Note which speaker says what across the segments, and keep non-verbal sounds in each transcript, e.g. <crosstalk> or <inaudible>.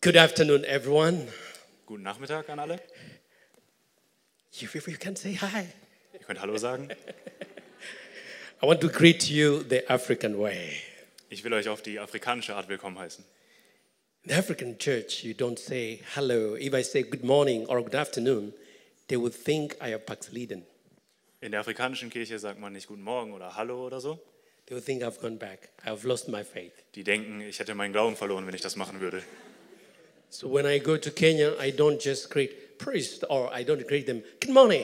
Speaker 1: Good afternoon, everyone.
Speaker 2: Guten Nachmittag an alle.
Speaker 1: You, you can say hi.
Speaker 2: Ihr könnt Hallo sagen.
Speaker 1: I want to greet you the African way.
Speaker 2: Ich will euch auf die afrikanische Art willkommen heißen.
Speaker 1: In the African church, you don't say hello. If I say good morning or good afternoon, they would think I am Paxliden.
Speaker 2: In der afrikanischen Kirche sagt man nicht Guten Morgen oder Hallo oder so.
Speaker 1: They would think I've gone back. I've lost my faith.
Speaker 2: Die denken, ich hätte meinen Glauben verloren, wenn ich das machen würde.
Speaker 1: So when I go to Kenya, I don't just greet priest or I don't greet them good morning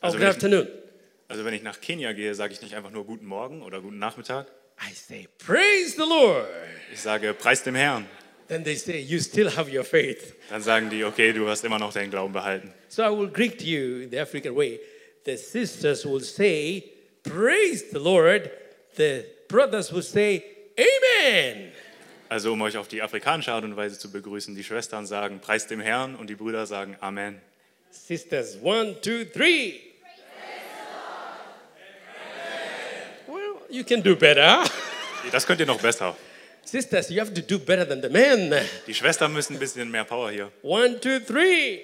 Speaker 1: or
Speaker 2: Also
Speaker 1: good
Speaker 2: wenn ich-
Speaker 1: afternoon.
Speaker 2: Also wenn ich nach Kenia gehe, sage ich nicht einfach nur Guten Morgen oder Guten Nachmittag.
Speaker 1: I say praise the Lord.
Speaker 2: Ich sage Preis dem Herrn.
Speaker 1: Then they say you still have your faith.
Speaker 2: Dann sagen die, okay, du hast immer noch deinen Glauben behalten.
Speaker 1: So I will greet you in the African way. The sisters will say, Praise the Lord. The brothers will say, Amen.
Speaker 2: Also um euch auf die afrikanische Art und Weise zu begrüßen, die Schwestern sagen Preis dem Herrn und die Brüder sagen Amen.
Speaker 1: Sisters, one, two, three. Well, you can do better. <laughs>
Speaker 2: Das könnt ihr noch besser.
Speaker 1: Sisters, you have to do better than the men.
Speaker 2: Die Schwestern müssen ein bisschen mehr Power hier.
Speaker 1: One, two, three.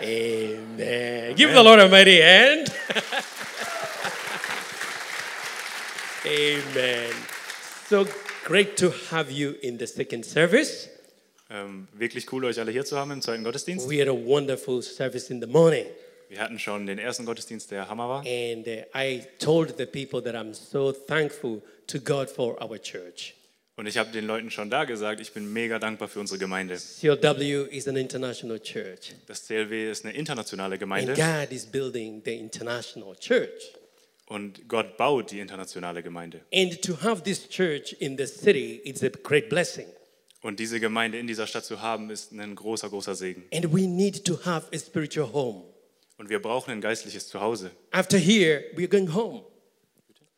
Speaker 1: Amen. Give the Lord a mighty hand. Amen. So great to have you in the second service.
Speaker 2: Ähm, wirklich cool, euch alle hier zu haben im zweiten Gottesdienst.
Speaker 1: We had a wonderful service in the morning.
Speaker 2: Wir hatten schon den ersten Gottesdienst, der Hammer war.
Speaker 1: And uh, I told the people that I'm so thankful to God for our church.
Speaker 2: Und ich habe den Leuten schon da gesagt, ich bin mega dankbar für unsere Gemeinde.
Speaker 1: CLW is an international church,
Speaker 2: Das CLW ist eine internationale
Speaker 1: and
Speaker 2: Gemeinde
Speaker 1: God is building the international church.
Speaker 2: und Gott baut die internationale Gemeinde.
Speaker 1: And to have this church in the city is a great blessing.
Speaker 2: Und diese Gemeinde in dieser Stadt zu haben, ist ein großer, großer Segen.
Speaker 1: And we need to have a spiritual home.
Speaker 2: Und wir brauchen ein geistliches Zuhause.
Speaker 1: After here, we are going home.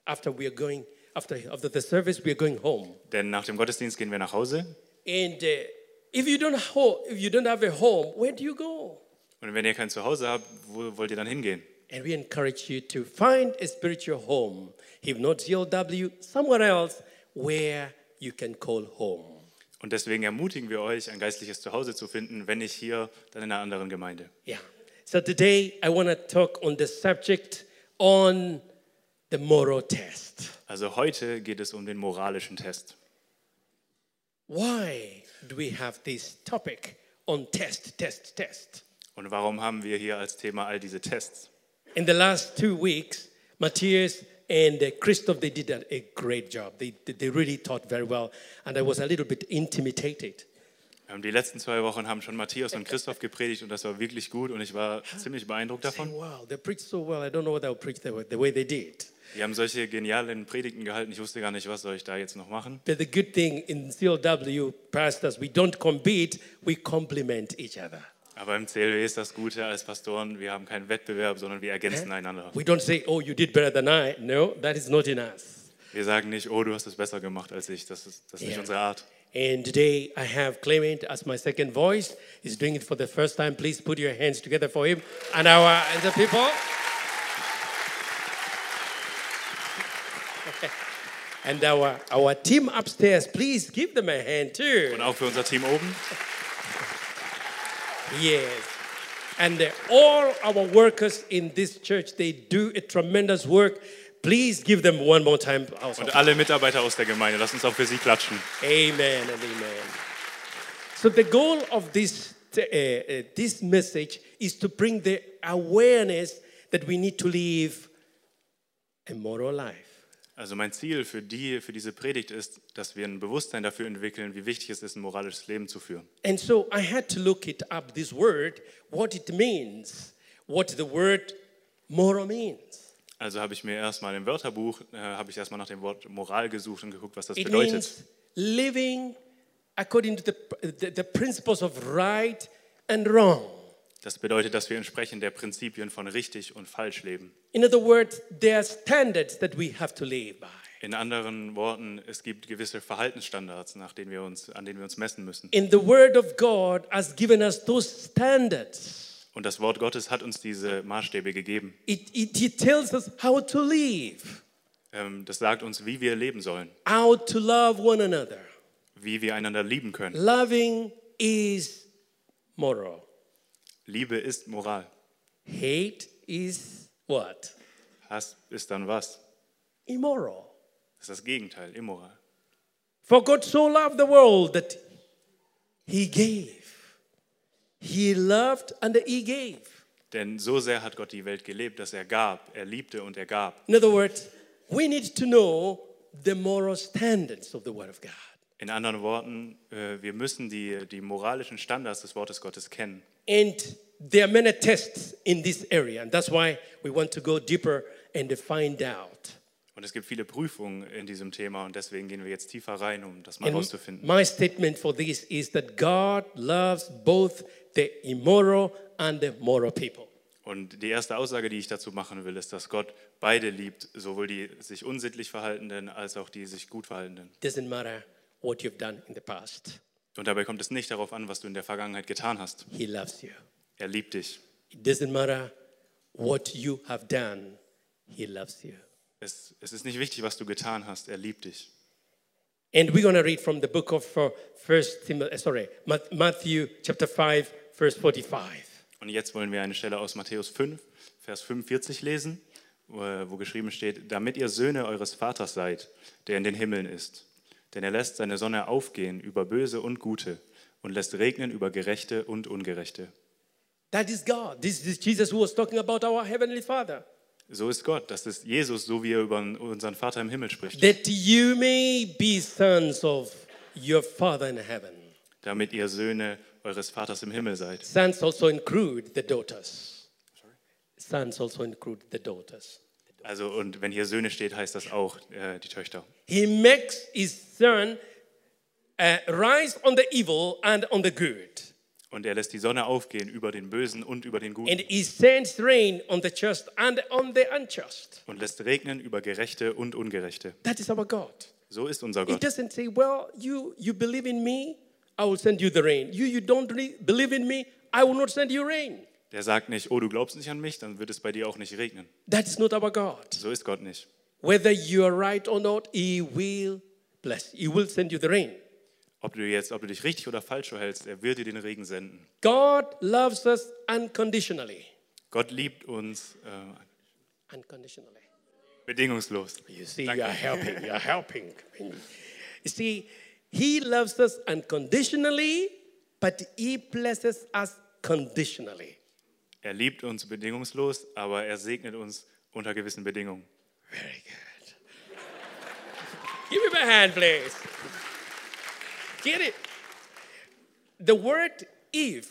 Speaker 1: After we are going, after, after the service, we are going home.
Speaker 2: Denn nach dem Gottesdienst gehen wir nach Hause.
Speaker 1: And uh, if, you don't ho- if you don't have a home, where do you go?
Speaker 2: Und wenn ihr kein Zuhause habt, wo wollt ihr dann hingehen?
Speaker 1: And we encourage you to find a spiritual home, if not CLW, somewhere else where you can call home.
Speaker 2: Und deswegen ermutigen wir euch, ein geistliches Zuhause zu finden, wenn nicht hier, dann in einer anderen Gemeinde.
Speaker 1: Yeah. So today I want to talk on the subject on the moral test.
Speaker 2: Also heute geht es um den moralischen Test.
Speaker 1: Why do we have this topic on test, test, test?
Speaker 2: Und warum haben wir hier als Thema all diese Tests?
Speaker 1: In the last two weeks, Matthias and uh, Christoph they did a, a great job. They, they they really taught very well, and I was a little bit intimidated.
Speaker 2: Ähm, Die letzten zwei Wochen haben schon Matthias und Christoph gepredigt und das war wirklich gut und ich war ziemlich beeindruckt davon.
Speaker 1: Saying, wow, they preached so well. I don't know what I'll preach the, the way they did.
Speaker 2: Die haben solche genialen Predigten gehalten, ich wusste gar nicht, was soll ich da jetzt noch machen.
Speaker 1: But the good thing in CLW pastors, we don't compete; we complement each other.
Speaker 2: Aber im CLW ist das Gute als Pastoren, wir haben keinen Wettbewerb, sondern wir ergänzen einander.
Speaker 1: Eh? We don't say, oh, you did better than I. No, that is not in us.
Speaker 2: Wir sagen nicht, oh, du hast es besser gemacht als ich, das ist, das ist nicht
Speaker 1: Ja.
Speaker 2: unsere Art.
Speaker 1: And today I have Clement as my second voice. He's doing it for the first time. Please put your hands together for him and our and the people. <laughs> and our, our team upstairs, please give them a hand too.
Speaker 2: Und auch für unser Team oben.
Speaker 1: Yes. And uh, all our workers in this church, they do a tremendous work. Please give them one more time. Also,
Speaker 2: Und alle Mitarbeiter aus der Gemeinde, lasst uns auch für sie klatschen.
Speaker 1: Amen and amen. So the goal of this uh, uh, this message is to bring the awareness that we need to live a moral life.
Speaker 2: Also mein Ziel für, die, für diese Predigt ist, dass wir ein Bewusstsein dafür entwickeln, wie wichtig es ist, ein moralisches Leben zu führen.
Speaker 1: And so I had to look it up this word, what it means, what the word moral means.
Speaker 2: Also habe ich mir erstmal im Wörterbuch, äh, habe ich erstmal nach dem Wort Moral gesucht und geguckt, was das
Speaker 1: It
Speaker 2: bedeutet.
Speaker 1: means living according to the, the, the principles of right and wrong.
Speaker 2: Das bedeutet, dass wir entsprechend der Prinzipien von richtig und falsch leben.
Speaker 1: In other words, there are standards that we have to live by.
Speaker 2: In anderen Worten, es gibt gewisse Verhaltensstandards, nach denen wir uns, an denen wir uns messen müssen.
Speaker 1: And the Word of God has given us those standards.
Speaker 2: Und das Wort Gottes hat uns diese Maßstäbe gegeben.
Speaker 1: It, it, it tells us how to live,
Speaker 2: Ähm, Das sagt uns, wie wir leben sollen,
Speaker 1: how to love one another,
Speaker 2: wie wir einander lieben können.
Speaker 1: Loving is moral.
Speaker 2: Liebe ist Moral.
Speaker 1: Hate is what?
Speaker 2: Hass ist dann was?
Speaker 1: Immoral.
Speaker 2: Das ist das Gegenteil, immoral.
Speaker 1: For God so loved the world that he gave. He loved and he gave.
Speaker 2: Denn so sehr hat Gott die Welt gelebt, dass er gab. Er liebte und er gab.
Speaker 1: In other words, we need to know the moral standards of the Word of God.
Speaker 2: In anderen Worten, äh, wir müssen die, die moralischen Standards des Wortes Gottes kennen.
Speaker 1: And there are many tests in this area, and that's why we want to go deeper and to find out.
Speaker 2: Und es gibt viele Prüfungen in diesem Thema und deswegen gehen wir jetzt tiefer rein, um das mal
Speaker 1: And
Speaker 2: herauszufinden.
Speaker 1: my statement for this is that God loves both the immoral and the moral people.
Speaker 2: Und die erste Aussage, die ich dazu machen will, ist, dass Gott beide liebt, sowohl die sich unsittlich Verhaltenden als auch die sich gut Verhaltenden.
Speaker 1: Doesn't matter what you've done in the past,
Speaker 2: Und dabei kommt es nicht darauf an, was du in der Vergangenheit getan hast.
Speaker 1: He loves you.
Speaker 2: Er liebt dich.
Speaker 1: It doesn't matter what you have done, He loves you.
Speaker 2: Es, es ist nicht wichtig, was du getan hast. Er liebt dich.
Speaker 1: And we're going to read from the book of uh, First Timothy, sorry, Mat- Matthew chapter 5, verse 45.
Speaker 2: Und jetzt wollen wir eine Stelle aus Matthäus 5, Vers 45 lesen, wo wo geschrieben steht, damit ihr Söhne eures Vaters seid, der in den Himmeln ist. Denn er lässt seine Sonne aufgehen über Böse und Gute und lässt regnen über Gerechte und Ungerechte.
Speaker 1: That is God. This is Jesus who was talking about our Heavenly Father.
Speaker 2: So ist Gott, das ist Jesus, so wie er über unseren Vater im Himmel spricht,
Speaker 1: That you may be sons of your Father in heaven.
Speaker 2: damit ihr Söhne eures Vaters im Himmel seid.
Speaker 1: Sons also include the daughters. Sons also include the daughters.
Speaker 2: Also und wenn hier Söhne steht, heißt das auch äh, die Töchter.
Speaker 1: He makes his son uh, rise on the evil and on the good.
Speaker 2: Und er lässt die Sonne aufgehen über den Bösen und über den Guten
Speaker 1: And he sends rain on the just and on the unjust.
Speaker 2: und lässt regnen über Gerechte und Ungerechte.
Speaker 1: That is our God.
Speaker 2: So ist unser
Speaker 1: He
Speaker 2: Gott.
Speaker 1: doesn't say, Well, you, you believe in me, I will send you the rain. You, you don't re- believe in me, I will not send you rain.
Speaker 2: Der sagt nicht, oh, du glaubst nicht an mich, dann wird es bei dir auch nicht regnen.
Speaker 1: That is not our God.
Speaker 2: So ist Gott nicht.
Speaker 1: Whether you are right or not, He will bless. He will send you the rain.
Speaker 2: Ob du jetzt, ob du dich richtig oder falsch verhältst, er wird dir den Regen senden.
Speaker 1: God loves us unconditionally.
Speaker 2: Gott liebt uns äh,
Speaker 1: Unconditionally.
Speaker 2: bedingungslos.
Speaker 1: You see, you are helping. You are helping. You see, He loves us unconditionally, but He blesses us conditionally.
Speaker 2: Er liebt uns bedingungslos, aber er segnet uns unter gewissen Bedingungen.
Speaker 1: Very good. Give him a hand, please. Get it? The word if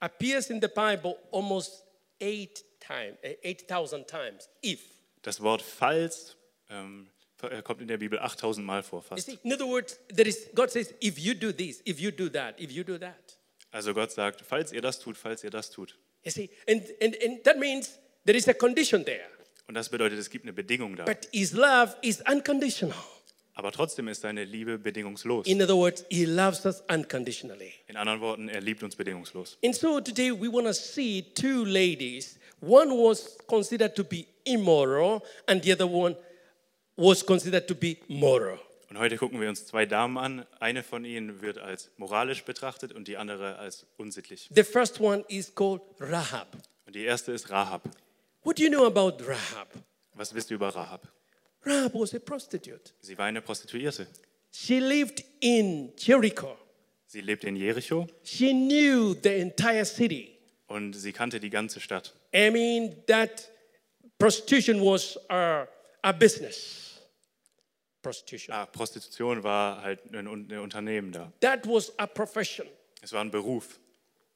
Speaker 1: appears in the Bible almost eight times, 8,000 times. If.
Speaker 2: Das Wort falls ähm, ver- kommt in der Bibel 8000 Mal vor
Speaker 1: You
Speaker 2: fast.
Speaker 1: see, in other words, there is, God says, if you do this, if you do that, if you do that.
Speaker 2: Also Gott sagt, falls ihr das tut, falls ihr das tut.
Speaker 1: You see, and, and, and that means there is a condition there.
Speaker 2: Und das bedeutet, es gibt eine Bedingung da.
Speaker 1: But his love is unconditional.
Speaker 2: Aber trotzdem ist seine Liebe bedingungslos.
Speaker 1: In other words, he loves us unconditionally.
Speaker 2: In anderen Worten, er liebt uns bedingungslos.
Speaker 1: And so today we want to see two ladies. One was considered to be immoral, and the other one was considered to be moral.
Speaker 2: Und heute gucken wir uns zwei Damen an. Eine von ihnen wird als moralisch betrachtet und die andere als unsittlich.
Speaker 1: The first one is called Rahab.
Speaker 2: Und die erste ist Rahab.
Speaker 1: What do you know about Rahab?
Speaker 2: Was wisst ihr über Rahab?
Speaker 1: Rahab was a prostitute.
Speaker 2: Sie war eine Prostituierte.
Speaker 1: She lived in Jericho.
Speaker 2: Sie lebte in Jericho
Speaker 1: She knew the entire city.
Speaker 2: und sie kannte die ganze Stadt.
Speaker 1: I mean, that prostitution was uh, a business. Prostitution.
Speaker 2: Ah, Prostitution war halt ein, Un- ein Unternehmen da.
Speaker 1: That was a profession.
Speaker 2: Es war ein Beruf.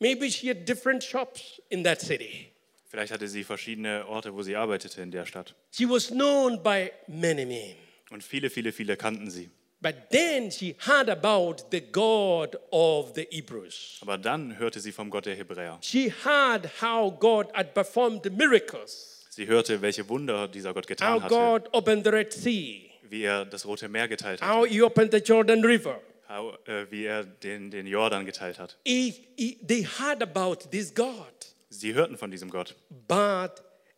Speaker 1: Maybe she had different shops in that city.
Speaker 2: Vielleicht hatte sie verschiedene Orte, wo sie arbeitete in der Stadt.
Speaker 1: She was known by many men.
Speaker 2: Und viele, viele, viele kannten sie.
Speaker 1: But then she heard about the God of the Hebrews.
Speaker 2: Aber dann hörte sie vom Gott der Hebräer.
Speaker 1: She heard how God had performed miracles,
Speaker 2: Sie hörte, welche Wunder dieser Gott
Speaker 1: how
Speaker 2: getan hatte,
Speaker 1: God opened the Red Sea,
Speaker 2: wie er das Rote Meer geteilt hat,
Speaker 1: how He opened the Jordan River.
Speaker 2: how, äh, wie er den, den Jordan geteilt hat.
Speaker 1: He- he- they heard about this God,
Speaker 2: Sie hörten von diesem Gott.
Speaker 1: but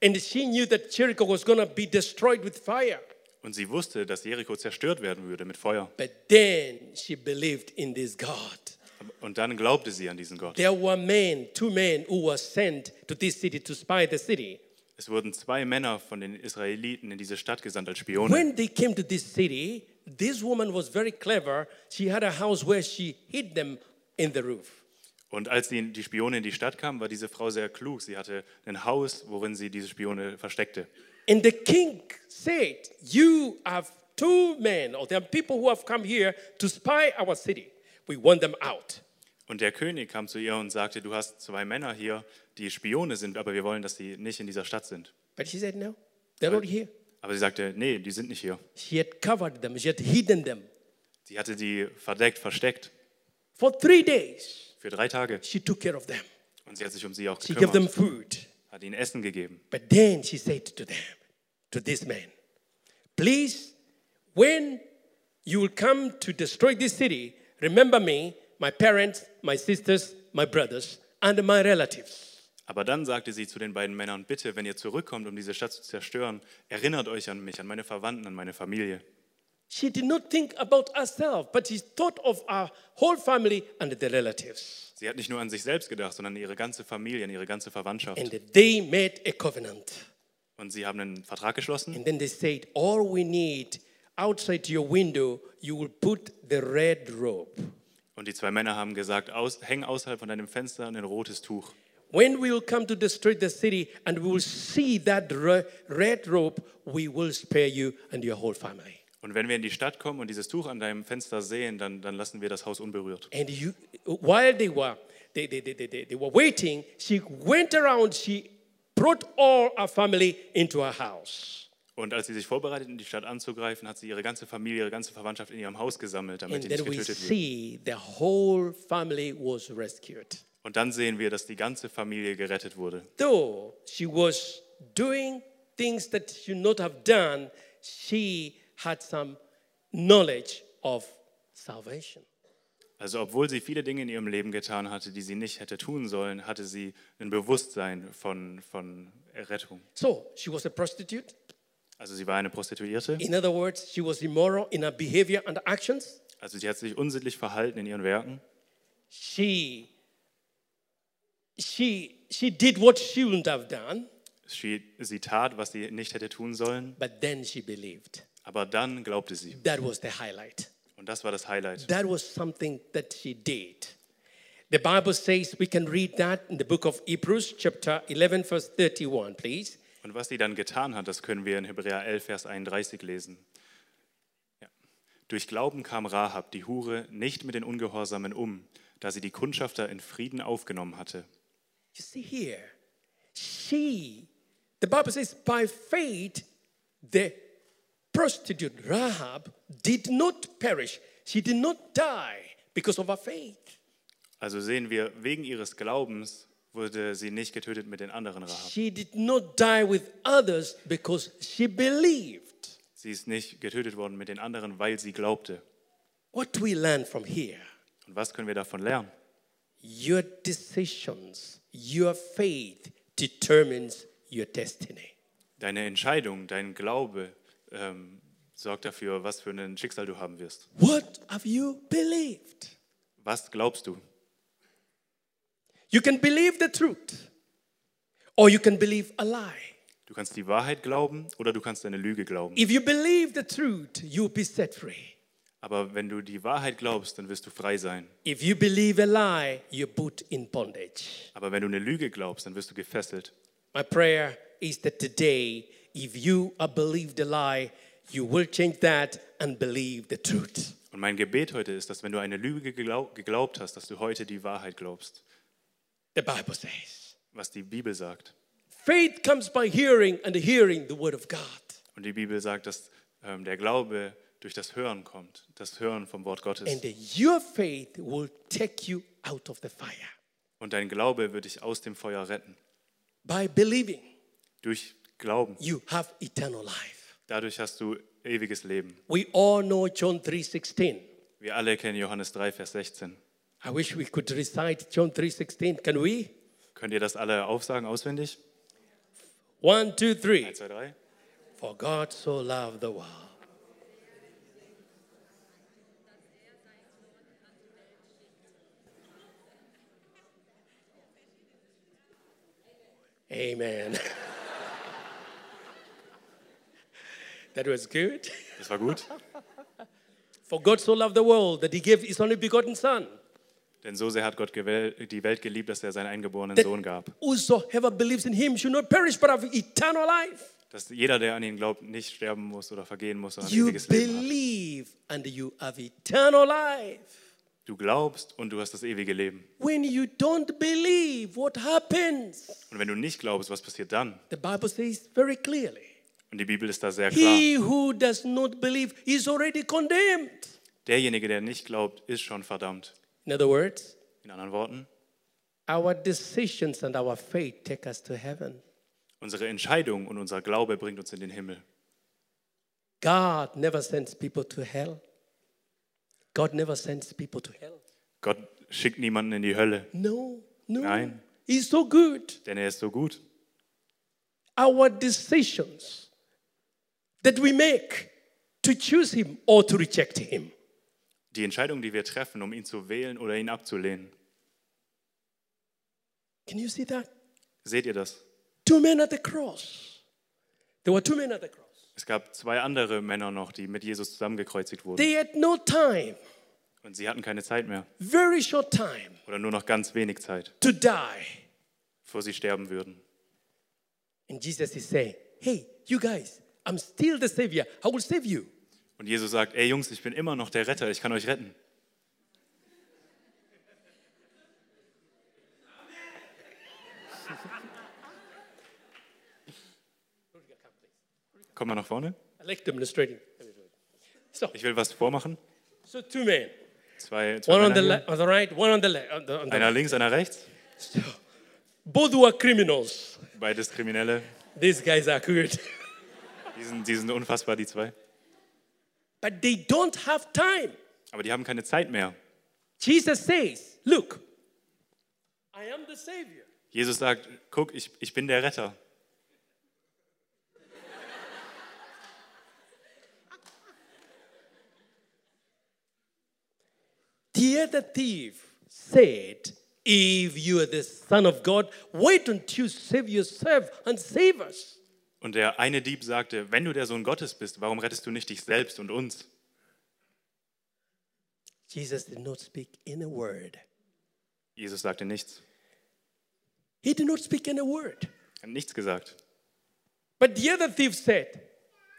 Speaker 1: and she knew that Jericho was going to be destroyed with fire.
Speaker 2: Und sie wusste, dass Jericho zerstört werden würde mit Feuer.
Speaker 1: But then she believed in this God.
Speaker 2: Und dann glaubte sie an diesen Gott.
Speaker 1: There were men, two men, who were sent to this city to spy the city.
Speaker 2: Es wurden zwei Männer von den Israeliten in diese Stadt gesandt als Spione.
Speaker 1: When they came to this city, this woman was very clever. She had a house where she hid them in the roof.
Speaker 2: Und als die, die Spione in die Stadt kamen, war diese Frau sehr klug. Sie hatte ein Haus, worin sie diese Spione versteckte.
Speaker 1: And the king said, You have two men, or there are people who have come here to spy our city. We want them out.
Speaker 2: Und der König kam zu ihr und sagte, du hast zwei Männer hier, die Spione sind, aber wir wollen, dass sie nicht in dieser Stadt sind.
Speaker 1: But she said, No, they're not here.
Speaker 2: Aber sie sagte, nee, die sind nicht hier.
Speaker 1: She had covered them, she had hidden them.
Speaker 2: Sie hatte die verdeckt, versteckt
Speaker 1: For three days,
Speaker 2: für drei Tage.
Speaker 1: she took care of them.
Speaker 2: Und sie hat sich um sie auch
Speaker 1: She gave them
Speaker 2: gekümmert,
Speaker 1: food.
Speaker 2: hat ihnen Essen gegeben.
Speaker 1: But then she said to them, to this man, Please, when you will come to destroy this city, remember me, my parents, my sisters, my brothers, and my relatives.
Speaker 2: Aber dann sagte sie zu den beiden Männern, bitte, wenn ihr zurückkommt, um diese Stadt zu zerstören, erinnert euch an mich, an meine Verwandten, an meine Familie.
Speaker 1: She did not think about herself, but she thought of her whole family and the relatives.
Speaker 2: Sie hat nicht nur an sich selbst gedacht, sondern an ihre ganze Familie, an ihre ganze Verwandtschaft.
Speaker 1: And they made a covenant.
Speaker 2: Und sie haben einen Vertrag geschlossen.
Speaker 1: And then they said, All we need outside your window, you will put the red robe.
Speaker 2: Und die zwei Männer haben gesagt, aus, häng außerhalb von deinem Fenster ein rotes Tuch.
Speaker 1: When we will come to destroy the city and we will see that re- red robe, we will spare you and your whole family.
Speaker 2: Und wenn wir in die Stadt kommen und dieses Tuch an deinem Fenster sehen, dann, dann lassen wir das Haus unberührt.
Speaker 1: And you, while they were, they, they, they, they, they- they were waiting, she went around, she brought all her family into her house.
Speaker 2: Und als sie sich vorbereiteten, die Stadt anzugreifen, hat sie ihre ganze Familie, ihre ganze Verwandtschaft in ihrem Haus gesammelt, damit
Speaker 1: And
Speaker 2: die nicht
Speaker 1: then we
Speaker 2: getötet wird.
Speaker 1: see the whole family was rescued.
Speaker 2: Und dann sehen wir, dass die ganze Familie gerettet wurde.
Speaker 1: Though she was doing things that she should not have done, she had some knowledge of salvation.
Speaker 2: Also obwohl sie viele Dinge in ihrem Leben getan hatte, die sie nicht hätte tun sollen, hatte sie ein Bewusstsein von, von Errettung.
Speaker 1: So she was a prostitute.
Speaker 2: Also sie war eine Prostituierte,
Speaker 1: In other words, she was immoral in her behavior and actions.
Speaker 2: also sie hat sich unsittlich verhalten in ihren Werken.
Speaker 1: She she she did what she wouldn't have done,
Speaker 2: Sie, sie tat, was sie nicht hätte tun sollen,
Speaker 1: but then she believed.
Speaker 2: aber dann glaubte sie.
Speaker 1: That was the highlight.
Speaker 2: Und das war das Highlight.
Speaker 1: That was something that she did. The Bible says we can read that in the book of Hebrews chapter 11 verse 31, please.
Speaker 2: Und was sie dann getan hat, das können wir in Hebräer 11, Vers 31 lesen. Ja. Durch Glauben kam Rahab, die Hure, nicht mit den Ungehorsamen um, da sie die Kundschafter in Frieden aufgenommen hatte.
Speaker 1: You see here, she, the Bible says, by faith, the prostitute Rahab did not perish. She did not die because of her faith.
Speaker 2: Also sehen wir, wegen ihres Glaubens wurde sie nicht getötet mit den anderen Rahab.
Speaker 1: She did not die with others because she believed.
Speaker 2: Sie ist nicht getötet worden mit den anderen, weil sie glaubte.
Speaker 1: What do we learn from here?
Speaker 2: Und was können wir davon lernen?
Speaker 1: Your decisions, your faith determines your destiny.
Speaker 2: Deine Entscheidung, dein Glaube ähm, sorgt dafür, was für ein Schicksal du haben wirst.
Speaker 1: What have you believed?
Speaker 2: Was glaubst du?
Speaker 1: You can believe the truth or you can believe a lie.
Speaker 2: Du kannst die Wahrheit glauben oder du kannst deine Lüge glauben.
Speaker 1: If you believe the truth, you'll be set free.
Speaker 2: Aber wenn du die Wahrheit glaubst, dann wirst du frei sein.
Speaker 1: If you believe a lie, you're put in bondage.
Speaker 2: Aber wenn du eine Lüge glaubst, dann wirst du gefesselt.
Speaker 1: My prayer is that today, if you are believed a lie, you will change that and believe the truth.
Speaker 2: Und mein Gebet heute ist, dass wenn du eine Lüge geglau- geglaubt hast, dass du heute die Wahrheit glaubst,
Speaker 1: The Bible says
Speaker 2: was die Bibel sagt.
Speaker 1: faith comes by hearing, and hearing the word of God.
Speaker 2: Und die Bibel sagt, dass ähm, der Glaube durch das Hören kommt, das Hören vom Wort
Speaker 1: And
Speaker 2: Gottes.
Speaker 1: your faith will take you out of the fire
Speaker 2: Und dein Glaube wird dich aus dem Feuer retten.
Speaker 1: by believing
Speaker 2: Durch Glauben.
Speaker 1: you have eternal life.
Speaker 2: Dadurch hast du ewiges Leben.
Speaker 1: We all know John 3:16.
Speaker 2: Wir alle kennen Johannes 3, Vers 16.
Speaker 1: I wish we could recite John 3:16. Can we?
Speaker 2: Könnt ihr das alle aufsagen auswendig?
Speaker 1: One, two, three.
Speaker 2: 1, 2, 3.
Speaker 1: For God so loved the world Amen. <laughs> that was good.
Speaker 2: Das war gut.
Speaker 1: For God so loved the world that he gave his only begotten Son,
Speaker 2: Denn so sehr hat Gott gewähl- die Welt geliebt, dass er seinen eingeborenen
Speaker 1: that
Speaker 2: Sohn gab.
Speaker 1: whosoever believes in him should not perish but have eternal life.
Speaker 2: Dass jeder, der an ihn glaubt, nicht sterben muss oder vergehen muss, sondern
Speaker 1: You
Speaker 2: ewiges Leben hat.
Speaker 1: believe and you have eternal life.
Speaker 2: Du glaubst und du hast das ewige Leben.
Speaker 1: When you don't believe, what happens?
Speaker 2: Und wenn du nicht glaubst, was passiert dann?
Speaker 1: The Bible says very clearly
Speaker 2: Und die Bibel ist da sehr klar.
Speaker 1: He who does not believe is already condemned.
Speaker 2: Derjenige, der nicht glaubt, ist schon verdammt.
Speaker 1: In other words,
Speaker 2: In anderen Worten,
Speaker 1: our decisions and our faith take us to heaven.
Speaker 2: unsere Entscheidung und unser Glaube bringt uns in den Himmel.
Speaker 1: God never sends people to hell. God never sends people to hell.
Speaker 2: Gott schickt niemanden in die Hölle,
Speaker 1: No, no.
Speaker 2: Nein.
Speaker 1: He's so good.
Speaker 2: denn er ist so gut.
Speaker 1: Our decisions that we make to choose Him or to reject Him
Speaker 2: Die Entscheidung, die wir treffen, um ihn zu wählen oder ihn abzulehnen.
Speaker 1: Can you see that?
Speaker 2: Seht ihr das?
Speaker 1: Two men at the cross. There were two men at the cross.
Speaker 2: Es gab zwei andere Männer noch, die mit Jesus zusammengekreuzigt wurden.
Speaker 1: They had no time,
Speaker 2: Und sie hatten keine Zeit mehr
Speaker 1: very short time,
Speaker 2: oder nur noch ganz wenig Zeit,
Speaker 1: to die.
Speaker 2: bevor sie sterben würden.
Speaker 1: And Jesus is saying, Hey, you guys, I'm still the Savior. I will save you.
Speaker 2: Und Jesus sagt, ey Jungs, ich bin immer noch der Retter, ich kann euch retten. Komm mal nach vorne.
Speaker 1: I like demonstrating. So,
Speaker 2: Ich will was vormachen.
Speaker 1: so two men,
Speaker 2: Zwei, zwei
Speaker 1: one on
Speaker 2: Männer
Speaker 1: the,
Speaker 2: hier.
Speaker 1: le- on the right, one on the left. On the, on the
Speaker 2: Einer links, einer rechts.
Speaker 1: Both were criminals.
Speaker 2: Beides Kriminelle.
Speaker 1: These guys are good. <laughs>
Speaker 2: Die sind, die sind unfassbar, die zwei.
Speaker 1: but they don't have time.
Speaker 2: Aber die haben keine Zeit mehr.
Speaker 1: Jesus says, Look, I am the Savior.
Speaker 2: Jesus sagt, guck, ich, ich bin der Retter.
Speaker 1: The other thief said, If you are the Son of God, why don't you save yourself and save us?
Speaker 2: Und der eine Dieb sagte, wenn du der Sohn Gottes bist, warum rettest du nicht dich selbst und uns?
Speaker 1: Jesus did not speak in a word.
Speaker 2: Jesus sagte nichts.
Speaker 1: He did not speak in a word.
Speaker 2: Er hat nichts gesagt.
Speaker 1: But the other thief said,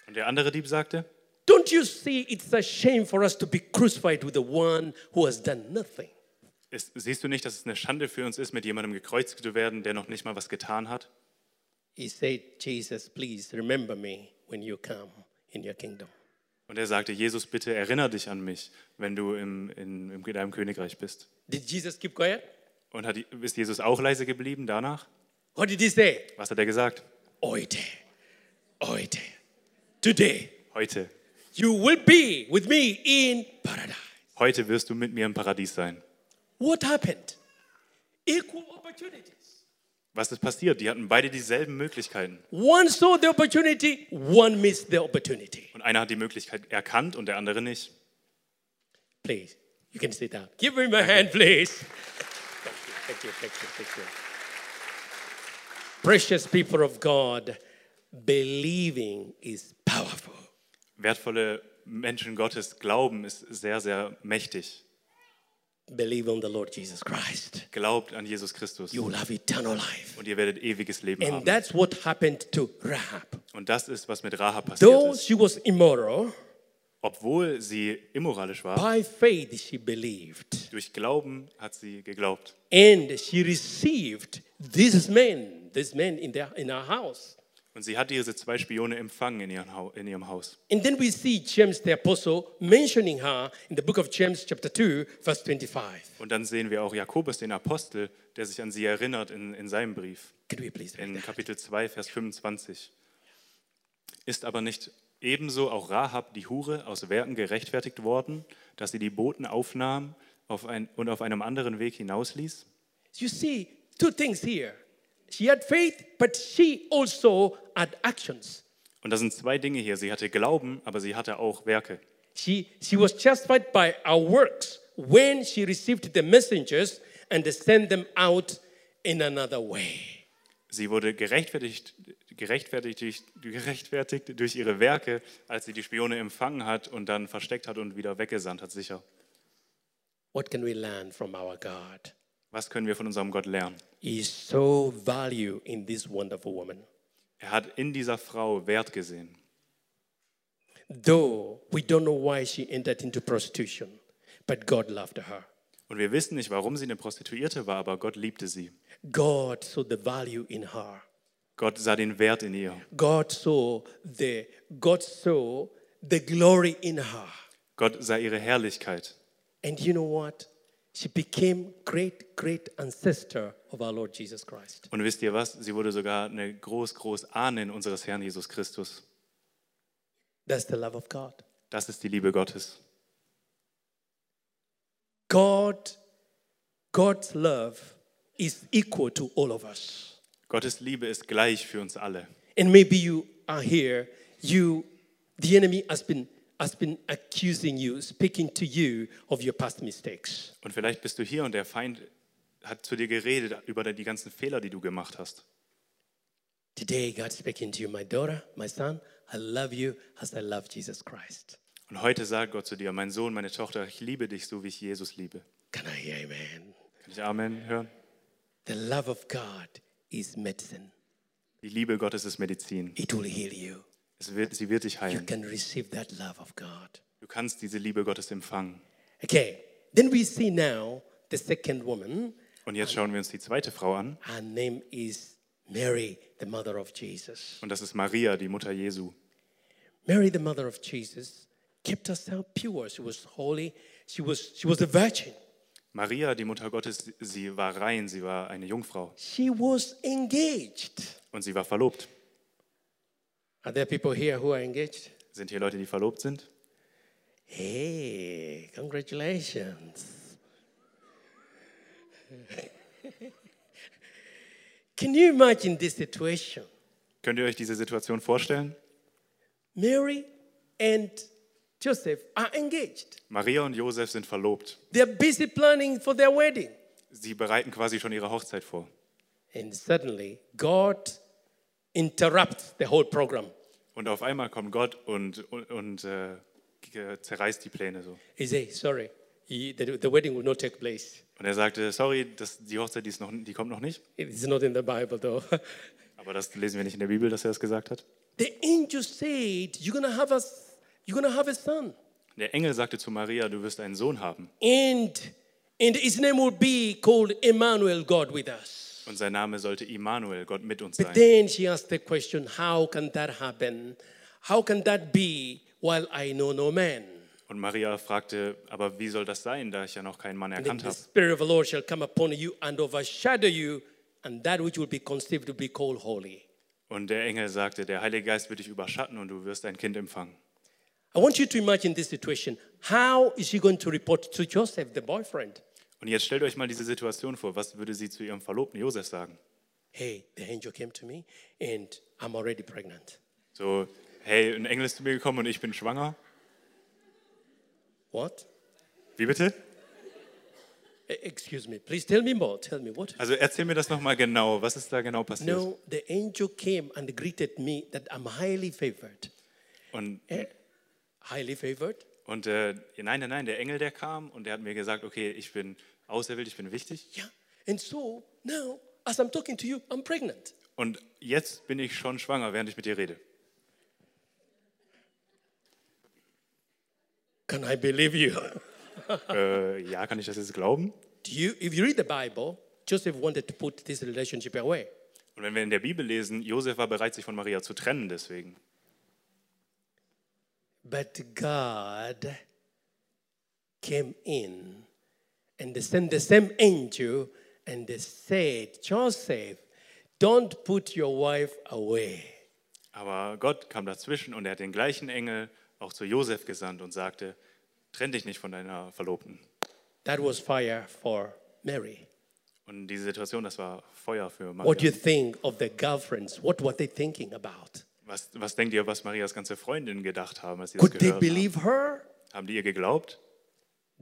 Speaker 2: Und der andere Dieb sagte,
Speaker 1: Don't you see it's a shame for us to be crucified with the one who has done nothing?
Speaker 2: es, siehst du nicht, dass es eine Schande für uns ist, mit jemandem gekreuzigt zu werden, der noch nicht mal was getan hat?
Speaker 1: He said, Jesus, please remember me when you come in your kingdom.
Speaker 2: Und er sagte, Jesus, bitte erinnere dich an mich, wenn du im, in, in deinem Königreich bist.
Speaker 1: Did Jesus keep quiet?
Speaker 2: Und hat, ist Jesus auch leise geblieben danach?
Speaker 1: What did he say?
Speaker 2: Was hat er gesagt?
Speaker 1: Heute, heute, today,
Speaker 2: Heute.
Speaker 1: you will be with me in paradise.
Speaker 2: Heute wirst du mit mir im Paradies sein.
Speaker 1: What happened? Equal opportunities.
Speaker 2: Was ist passiert? Die hatten beide dieselben Möglichkeiten.
Speaker 1: One saw the opportunity, one missed the opportunity.
Speaker 2: Und einer hat die Möglichkeit erkannt und der andere nicht.
Speaker 1: Please, you can sit down. Give him a hand, please. Thank you, thank you, thank you, thank you. Precious people of God, believing is powerful.
Speaker 2: Wertvolle Menschen Gottes Glauben ist sehr, sehr mächtig.
Speaker 1: Believe on the Lord Jesus Christ.
Speaker 2: Glaubt an Jesus Christus
Speaker 1: You will have eternal life.
Speaker 2: und ihr werdet ewiges Leben
Speaker 1: And
Speaker 2: haben.
Speaker 1: that's what happened to Rahab.
Speaker 2: Und das ist, was mit Rahab
Speaker 1: Though
Speaker 2: passiert ist.
Speaker 1: she was immoral,
Speaker 2: Obwohl sie immoralisch war,
Speaker 1: by faith she believed.
Speaker 2: durch Glauben hat sie geglaubt.
Speaker 1: And she received these men, these men in, their, in her house.
Speaker 2: Und sie hat diese zwei Spione empfangen in, ihren Hau- in ihrem Haus.
Speaker 1: And then we see James the Apostle mentioning her in the book of James, chapter 2, verse 25.
Speaker 2: Und dann sehen wir auch Jakobus, den Apostel, der sich an sie erinnert in, in seinem Brief.
Speaker 1: Can we please read
Speaker 2: in
Speaker 1: that?
Speaker 2: Kapitel 2, Vers 25. Ist aber nicht ebenso auch Rahab, die Hure, aus Werken gerechtfertigt worden, dass sie die Boten aufnahm auf ein, und auf einem anderen Weg hinausließ?
Speaker 1: You see, two things here. She had faith, but she also had actions.
Speaker 2: Und das sind zwei Dinge hier. Sie hatte Glauben, aber sie hatte auch Werke.
Speaker 1: She, she was justified by our works when she received the messengers and sent them out in another way.
Speaker 2: Sie wurde gerechtfertigt, gerechtfertigt, gerechtfertigt durch ihre Werke, als sie die Spione empfangen hat und dann versteckt hat und wieder weggesandt hat, sicher.
Speaker 1: What can we learn from our God?
Speaker 2: Was können wir von unserem Gott lernen?
Speaker 1: He is so value in this wonderful woman.
Speaker 2: Er hat in dieser Frau Wert gesehen.
Speaker 1: Though we don't know why she entered into prostitution, but God loved her.
Speaker 2: Und wir wissen nicht, warum sie eine Prostituierte war, aber Gott liebte sie.
Speaker 1: God saw the value in her.
Speaker 2: Gott sah den Wert in ihr.
Speaker 1: God saw the God saw the glory in her.
Speaker 2: Gott sah ihre Herrlichkeit.
Speaker 1: And you know what? She became great great ancestor of our Lord Jesus Christ.
Speaker 2: Und wisst ihr was? Sie wurde sogar eine groß, groß Ahnen unseres Herrn Jesus Christus.
Speaker 1: That's the love of God.
Speaker 2: Das ist die Liebe Gottes.
Speaker 1: God God's love is equal to all of us.
Speaker 2: Gottes Liebe ist gleich für uns alle.
Speaker 1: And maybe you are here, you the enemy has been has been accusing you, speaking to you of your past mistakes.
Speaker 2: Und vielleicht bist du hier und der Feind hat zu dir geredet über die ganzen Fehler, die du gemacht hast.
Speaker 1: Today God is speaking to you, my daughter, my son, I love you as I love Jesus Christ.
Speaker 2: Und heute sagt Gott zu dir, mein Sohn, meine Tochter, ich liebe dich so, wie ich Jesus liebe.
Speaker 1: Can I hear amen?
Speaker 2: Kann ich Amen hören?
Speaker 1: The love of God is medicine.
Speaker 2: Die Liebe Gottes ist Medizin.
Speaker 1: It will heal you.
Speaker 2: Es wird, sie wird dich
Speaker 1: You
Speaker 2: heilen.
Speaker 1: can receive that love of God.
Speaker 2: Du kannst diese Liebe Gottes empfangen.
Speaker 1: Okay. Then we see now the second woman.
Speaker 2: Und jetzt schauen wir uns die zweite Frau an.
Speaker 1: Her name is Mary, the mother of Jesus.
Speaker 2: Und das ist Maria, die Mutter Jesu.
Speaker 1: Mary, the mother of Jesus, kept herself pure. She was holy. She was, she was a virgin.
Speaker 2: Maria, die Mutter Gottes, sie war rein, sie war eine Jungfrau
Speaker 1: She was engaged.
Speaker 2: und sie war verlobt.
Speaker 1: Are there people here who are engaged?
Speaker 2: Sind hier Leute, die verlobt sind?
Speaker 1: Hey, congratulations. <laughs> Can you imagine this situation?
Speaker 2: Könnt ihr euch diese Situation vorstellen?
Speaker 1: Mary and Joseph are engaged.
Speaker 2: Maria und Josef sind verlobt.
Speaker 1: They're busy planning for their wedding.
Speaker 2: Sie bereiten quasi schon ihre Hochzeit vor.
Speaker 1: And suddenly, God interrupts the whole program.
Speaker 2: Und auf einmal kommt Gott und, und, und äh, ge- zerreißt die Pläne so.
Speaker 1: He says, Sorry, he- the, the wedding will not take place.
Speaker 2: Und er sagte, sorry, das, die Hochzeit, die, ist noch, die kommt noch nicht.
Speaker 1: It's not in the Bible, though. <laughs>
Speaker 2: Aber das lesen wir nicht in der Bibel, dass er das gesagt hat.
Speaker 1: the angel said, You're going to have a, s- you're gonna have a son.
Speaker 2: Der Engel sagte zu Maria, du wirst einen Sohn haben.
Speaker 1: and and his name will be called Emmanuel, God with us.
Speaker 2: Und sein Name sollte Immanuel, Gott mit uns
Speaker 1: But
Speaker 2: sein.
Speaker 1: then she asked the question, how can that happen? How can that be while I know no man?
Speaker 2: Und Maria fragte, aber wie soll das sein, da ich ja noch keinen Mann
Speaker 1: Then
Speaker 2: erkannt
Speaker 1: the
Speaker 2: habe?
Speaker 1: Spirit of the Lord shall come upon you and overshadow you, and that which will be conceived will be called holy.
Speaker 2: Und der Engel sagte, der Heilige Geist wird dich überschatten und du wirst ein Kind empfangen.
Speaker 1: I want you to imagine this situation. How is she going to report to Joseph, the boyfriend?
Speaker 2: Und jetzt stellt euch mal diese Situation vor. Was würde sie zu ihrem Verlobten Josef sagen?
Speaker 1: Hey, the angel came to me, and I'm already pregnant.
Speaker 2: So, hey, ein Engel ist zu mir gekommen und ich bin schwanger.
Speaker 1: What?
Speaker 2: Wie bitte?
Speaker 1: E- Excuse me. Please tell me more. Tell me what?
Speaker 2: Also erzähl mir das nochmal genau. Was ist da genau passiert?
Speaker 1: No, the angel came and greeted me that I'm highly favored.
Speaker 2: Und,
Speaker 1: Highly favored?
Speaker 2: und äh, nein, nein, nein, der Engel, der kam und der hat mir gesagt, okay, ich bin auserwählt, ich bin wichtig.
Speaker 1: Yeah. And so now, as I'm talking to you, I'm pregnant.
Speaker 2: Und jetzt bin ich schon schwanger, während ich mit dir rede.
Speaker 1: Can I believe you?
Speaker 2: Äh, ja, kann ich das jetzt glauben?
Speaker 1: Do you if you read the Bible, Joseph wanted to put this relationship away.
Speaker 2: Und wenn wir in der Bibel lesen, Josef war bereit, sich von Maria zu trennen deswegen.
Speaker 1: But God came in and they sent the same angel and they said, Joseph, don't put your wife away.
Speaker 2: Aber Gott kam dazwischen und er hat den gleichen Engel auch zu Josef gesandt und sagte, trenn dich nicht von deiner Verlobten.
Speaker 1: That was fire for Mary.
Speaker 2: Und diese Situation, das war Feuer für
Speaker 1: What do
Speaker 2: Maria.
Speaker 1: you think of the girlfriends? What were they thinking about?
Speaker 2: Was, was denkt ihr, was Marias ganze Freundinnen gedacht haben, als sie das
Speaker 1: Could they
Speaker 2: gehört haben?
Speaker 1: believe her?
Speaker 2: Haben die ihr geglaubt?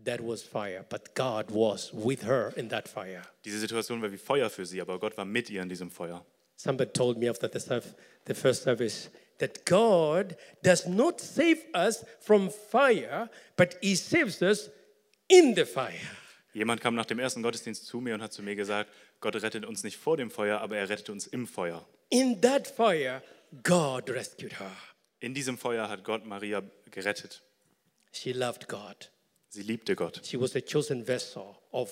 Speaker 1: That was fire, but God was with her in that fire.
Speaker 2: Diese Situation war wie Feuer für sie, aber Gott war mit ihr in diesem Feuer.
Speaker 1: Somebody told me after the, serv- the first service that God does not save us from fire, but He saves us in the fire.
Speaker 2: Jemand kam nach dem ersten Gottesdienst zu mir und hat zu mir gesagt, Gott rettet uns nicht vor dem Feuer, aber er rettet uns im Feuer.
Speaker 1: In that fire, God rescued her.
Speaker 2: In diesem Feuer hat Gott Maria gerettet.
Speaker 1: She loved God.
Speaker 2: Sie liebte Gott
Speaker 1: She was a chosen vessel of,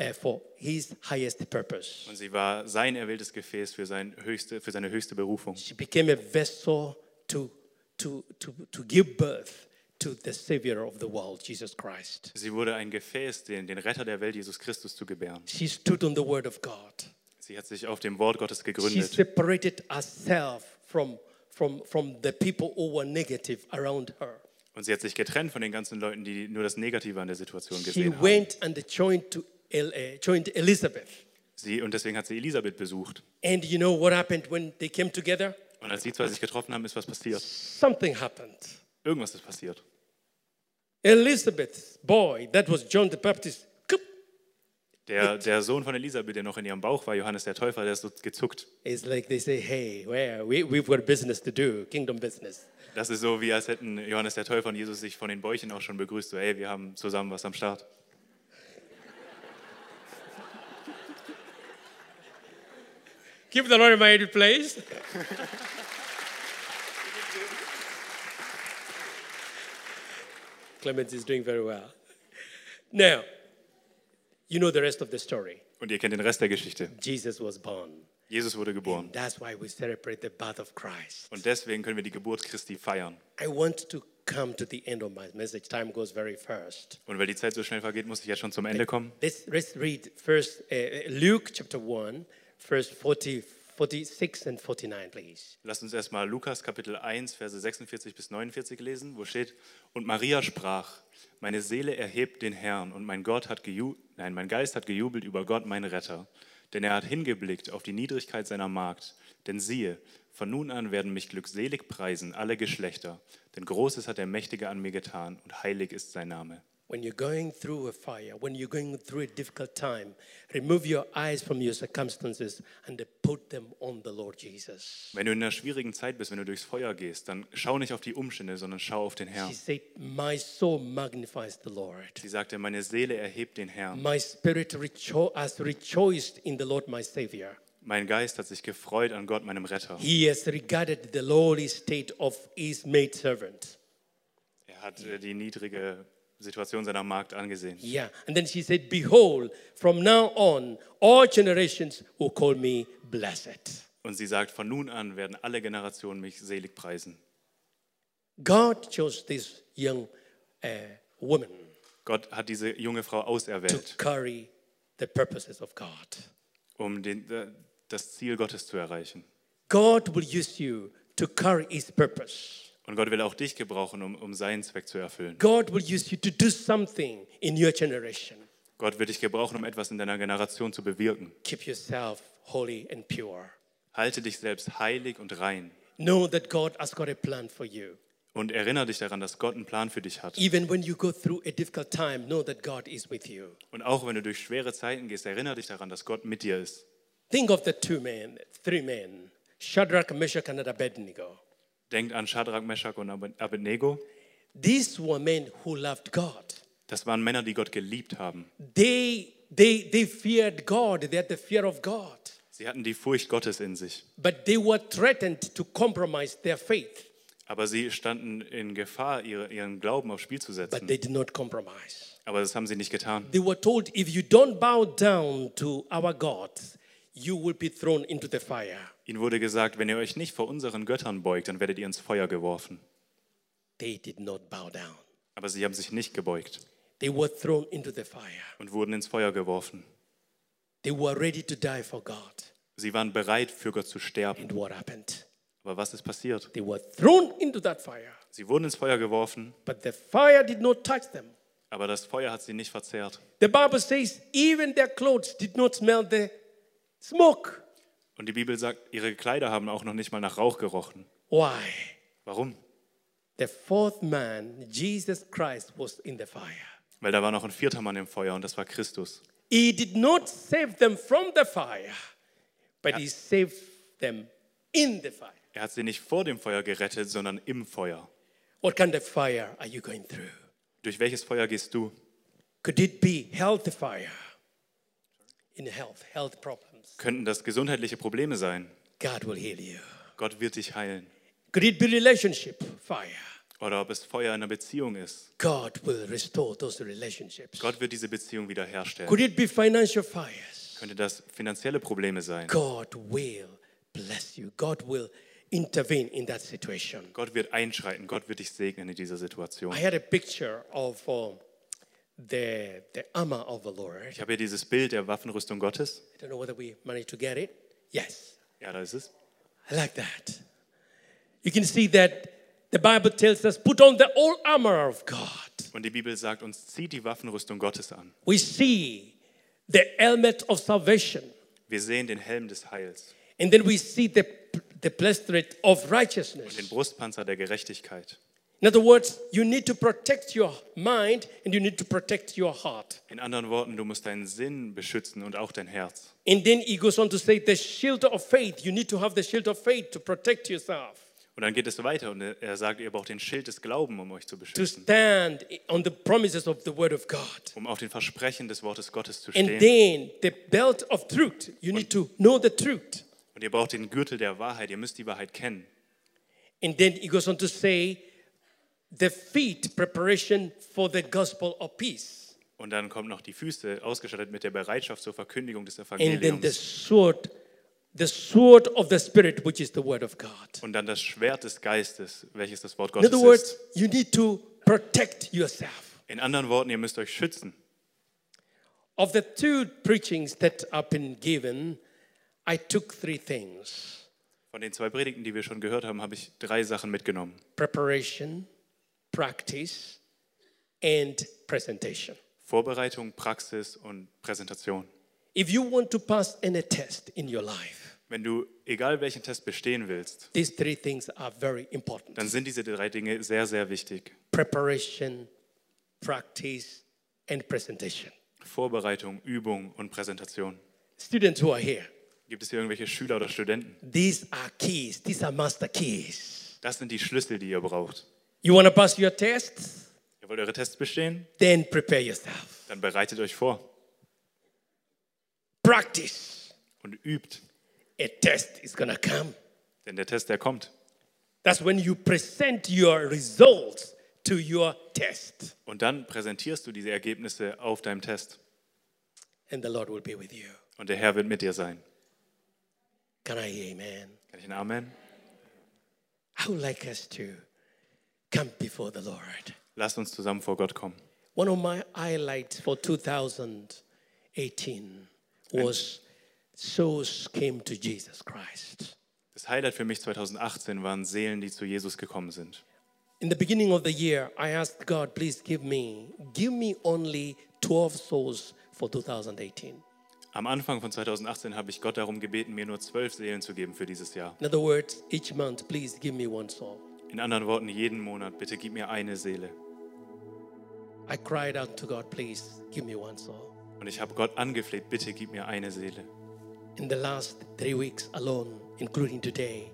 Speaker 1: uh, for His highest purpose.
Speaker 2: und sie war sein erwähltes Gefäß für, sein höchste, für seine höchste Berufung.
Speaker 1: She became a vessel to, to, to, to give birth to the Savior of the world, Jesus Christ.
Speaker 2: Sie wurde ein Gefäß, den, den Retter der Welt, Jesus Christus, zu gebären.
Speaker 1: She stood on the Word of God.
Speaker 2: Sie hat sich auf dem Wort Gottes
Speaker 1: she
Speaker 2: gegründet.
Speaker 1: separated herself from, from, from the people who were negative around her.
Speaker 2: Und sie hat sich getrennt von den ganzen Leuten, die nur das Negative an der Situation
Speaker 1: She
Speaker 2: gesehen haben.
Speaker 1: went and joined, to El, uh, joined Elizabeth.
Speaker 2: Sie, und deswegen hat sie Elisabeth besucht.
Speaker 1: And you know what happened when they came together?
Speaker 2: Und als die zwei sich getroffen haben, ist was passiert.
Speaker 1: Something happened.
Speaker 2: Irgendwas ist passiert.
Speaker 1: Elizabeth's boy, that was John the Baptist, kup,
Speaker 2: Der, der Sohn von Elisabeth, der noch in ihrem Bauch war, Johannes der Täufer, der ist so gezuckt.
Speaker 1: it's like they say, hey, well, we, we've got business to do, kingdom business.
Speaker 2: Das ist so, wie als hätten Johannes der Täufer und Jesus sich von den Bäuchen auch schon begrüßt. So, ey, wir haben zusammen was am Start.
Speaker 1: Give the Lord a mighty <laughs> place. Clemens is doing very well. Now, you know the rest of the story.
Speaker 2: Und ihr kennt den Rest der Geschichte.
Speaker 1: Jesus was born.
Speaker 2: Jesus wurde geboren.
Speaker 1: That's why we celebrate the birth of Christ.
Speaker 2: Und deswegen können wir die Geburt Christi feiern.
Speaker 1: I want to come to the end of my message. Time goes very fast.
Speaker 2: Und weil die Zeit so schnell vergeht, muss ich jetzt schon zum Ende kommen.
Speaker 1: Let's, let's read first uh, Luke chapter 1, verse 40, 46 and 49, please.
Speaker 2: Lasst uns erstmal Lukas Kapitel 1, Verse 46 bis 49 lesen, wo steht, und Maria sprach, meine Seele erhebt den Herrn und mein Gott hat geju nein, mein Geist hat gejubelt über Gott, mein Retter, denn er hat hingeblickt auf die Niedrigkeit seiner Magd. Denn siehe, von nun an werden mich glückselig preisen alle Geschlechter, denn Großes hat der Mächtige an mir getan und heilig ist sein Name.
Speaker 1: When you're going through a fire, when you're going through a difficult time, remove your eyes from your circumstances and put them on the Lord Jesus.
Speaker 2: Wenn du in einer schwierigen Zeit bist, wenn du durchs Feuer gehst, dann schau nicht auf die Umstände, sondern schau auf den Herrn.
Speaker 1: He said, My soul magnifies the Lord.
Speaker 2: Sie sagte, meine Seele erhebt den Herrn.
Speaker 1: My spirit rejo- has rejoiced in the Lord my Savior.
Speaker 2: Mein Geist hat sich gefreut an Gott, meinem Retter.
Speaker 1: He has regarded the lowly state of his maidservant.
Speaker 2: Er hat äh, die niedrige Situation seiner Magd angesehen.
Speaker 1: Yeah. And then she said, Behold, from now on, all generations will call me blessed.
Speaker 2: Und sie sagt, von nun an werden alle Generationen mich selig preisen.
Speaker 1: God chose this young uh, woman.
Speaker 2: Gott hat diese junge Frau
Speaker 1: to
Speaker 2: auserwählt,
Speaker 1: carry the purposes of God.
Speaker 2: um den, äh, das Ziel Gottes zu erreichen.
Speaker 1: God will use you to carry his purpose.
Speaker 2: Und Gott will auch dich gebrauchen, um, um seinen Zweck zu erfüllen.
Speaker 1: God will use you to do something in your generation.
Speaker 2: Gott wird dich gebrauchen, um etwas in deiner Generation zu bewirken.
Speaker 1: Keep yourself holy and pure.
Speaker 2: Halte dich selbst heilig und rein.
Speaker 1: Know that God has got a plan for you.
Speaker 2: Und erinnere dich daran, dass Gott einen Plan für dich hat.
Speaker 1: Even when you go through a difficult time, know that God is with you.
Speaker 2: Und auch wenn du durch schwere Zeiten gehst, erinnere dich daran, dass Gott mit dir ist.
Speaker 1: Think of the two men, three men Shadrach, Meshach, and Abednego.
Speaker 2: Denkt an Shadrach, Meshach und Abed- Abednego.
Speaker 1: These were men who loved God.
Speaker 2: Das waren Männer, die Gott geliebt haben.
Speaker 1: They, they, they feared God, they had the fear of God.
Speaker 2: Sie hatten die Furcht Gottes in sich,
Speaker 1: But they were threatened to compromise their faith,
Speaker 2: aber sie standen in Gefahr, ihre, ihren Glauben aufs Spiel zu
Speaker 1: but
Speaker 2: setzen.
Speaker 1: they did not compromise.
Speaker 2: Aber das haben sie nicht getan.
Speaker 1: They were told, if you don't bow down to our gods, you will be thrown into the fire.
Speaker 2: Ihnen wurde gesagt, wenn ihr euch nicht vor unseren Göttern beugt, dann werdet ihr ins Feuer geworfen.
Speaker 1: They did not bow down.
Speaker 2: Aber sie haben sich nicht gebeugt
Speaker 1: They were thrown into the fire.
Speaker 2: und wurden ins Feuer geworfen.
Speaker 1: They were ready to die for God.
Speaker 2: Sie waren bereit, für Gott zu sterben.
Speaker 1: And what happened?
Speaker 2: Aber was ist passiert?
Speaker 1: They were thrown into that fire,
Speaker 2: Sie wurden ins Feuer geworfen,
Speaker 1: but the fire did not touch them.
Speaker 2: aber das Feuer hat sie nicht verzehrt.
Speaker 1: The Bible says, even their clothes did not smell the smoke.
Speaker 2: Und die Bibel sagt, ihre Kleider haben auch noch nicht mal nach Rauch gerochen.
Speaker 1: Why?
Speaker 2: Warum?
Speaker 1: The fourth man, Jesus Christ, was in the fire.
Speaker 2: Weil da war noch ein vierter Mann im Feuer und das war Christus.
Speaker 1: He did not save them from the fire, but he saved them in the fire.
Speaker 2: Er hat sie nicht vor dem Feuer gerettet, sondern im Feuer.
Speaker 1: What kind of fire are you going through?
Speaker 2: Durch welches Feuer gehst du?
Speaker 1: Could it be health fire? In health, health problems.
Speaker 2: Könnten das gesundheitliche Probleme sein?
Speaker 1: God will heal you.
Speaker 2: Gott wird dich heilen.
Speaker 1: Could it be relationship fire?
Speaker 2: Oder ob es Feuer in einer Beziehung ist.
Speaker 1: God will restore those relationships.
Speaker 2: Gott wird diese Beziehung wiederherstellen.
Speaker 1: Could it be financial fires?
Speaker 2: Könnte das finanzielle Probleme sein?
Speaker 1: God will bless you. God will intervene in that situation.
Speaker 2: Gott wird einschreiten. Gott wird dich segnen in dieser
Speaker 1: I
Speaker 2: Situation.
Speaker 1: had a picture of um, the, the armor of the Lord.
Speaker 2: Ich habe hier dieses Bild der Waffenrüstung Gottes.
Speaker 1: I don't know whether we managed to get it. Yes,
Speaker 2: Ja, da ist es.
Speaker 1: I like that. You can see that the Bible tells us put on the whole armor of God.
Speaker 2: Und die Bibel sagt uns, zieh die Waffenrüstung Gottes an.
Speaker 1: We see the helmet of salvation,
Speaker 2: Wir sehen den Helm des Heils,
Speaker 1: and then we see the, the breastplate of
Speaker 2: den
Speaker 1: righteousness.
Speaker 2: Brustpanzer der Gerechtigkeit.
Speaker 1: In other words, you need to protect your mind and you need to protect your heart.
Speaker 2: In anderen Worten, du musst deinen Sinn beschützen und auch dein Herz.
Speaker 1: And then he goes on to say the shield of faith. You need to have the shield of faith to protect yourself.
Speaker 2: Und dann geht es weiter und er sagt, ihr braucht den Schild des Glauben, um euch
Speaker 1: to
Speaker 2: zu beschützen,
Speaker 1: stand on the promises of the word of God.
Speaker 2: um auf den Versprechen des Wortes Gottes zu
Speaker 1: And
Speaker 2: stehen.
Speaker 1: then the belt of truth. You need to know the truth.
Speaker 2: Und ihr braucht den Gürtel der Wahrheit, ihr müsst die Wahrheit kennen.
Speaker 1: And then he goes on to say the feet, preparation for the gospel of peace.
Speaker 2: Und dann kommen noch die Füße, ausgestattet mit der Bereitschaft zur Verkündigung des
Speaker 1: And then the
Speaker 2: Evangeliums.
Speaker 1: sword, the sword of the spirit, which is the word of God.
Speaker 2: Und dann das Schwert des Geistes, welches das Wort
Speaker 1: In
Speaker 2: Gottes
Speaker 1: other words,
Speaker 2: ist.
Speaker 1: you need to protect yourself.
Speaker 2: In anderen Worten, ihr müsst euch schützen.
Speaker 1: Of the two preachings that have been given, I took three things
Speaker 2: Von den zwei Predigten, die wir schon gehört haben, habe ich drei Sachen mitgenommen.
Speaker 1: preparation, practice, and presentation.
Speaker 2: Vorbereitung, Praxis und Präsentation.
Speaker 1: If you want to pass any test in your life,
Speaker 2: Wenn du egal welchen Test bestehen willst,
Speaker 1: these three things are very important
Speaker 2: dann sind diese drei Dinge sehr, sehr wichtig.
Speaker 1: preparation, practice, and presentation.
Speaker 2: Vorbereitung, Übung und Präsentation.
Speaker 1: Students who are here,
Speaker 2: Gibt es hier irgendwelche Schüler oder Studenten?
Speaker 1: these are keys, these are master keys.
Speaker 2: Das sind die Schlüssel, die ihr braucht.
Speaker 1: You want to pass your tests?
Speaker 2: Ihr wollt eure Tests bestehen?
Speaker 1: Then prepare yourself.
Speaker 2: Dann bereitet euch vor
Speaker 1: Practice.
Speaker 2: und übt.
Speaker 1: A test is going to come.
Speaker 2: Denn der Test, der kommt.
Speaker 1: That's when you present your results to your test,
Speaker 2: Und dann präsentierst du diese Ergebnisse auf deinem Test.
Speaker 1: and the Lord will be with you.
Speaker 2: Und der Herr wird mit dir sein.
Speaker 1: Can I hear amen?
Speaker 2: Kann ich ein Amen?
Speaker 1: I would like us to come before the Lord.
Speaker 2: Lasst uns zusammen vor Gott kommen.
Speaker 1: One of my highlights for 2018 was souls came to Jesus Christ.
Speaker 2: Das Highlight für mich 2018 waren Seelen, die zu Jesus gekommen sind.
Speaker 1: In the beginning of the year, I asked God, please give me, give me only 12 souls for 2018.
Speaker 2: Am Anfang von 2018 habe ich Gott darum gebeten, mir nur zwölf Seelen zu geben für dieses Jahr.
Speaker 1: In other words, each month, please give me one soul.
Speaker 2: In anderen Worten, jeden Monat, bitte gib mir eine Seele.
Speaker 1: I cried out to God, please give me one soul.
Speaker 2: Und ich habe Gott angefleht, bitte gib mir eine Seele.
Speaker 1: In the last three weeks alone, including today,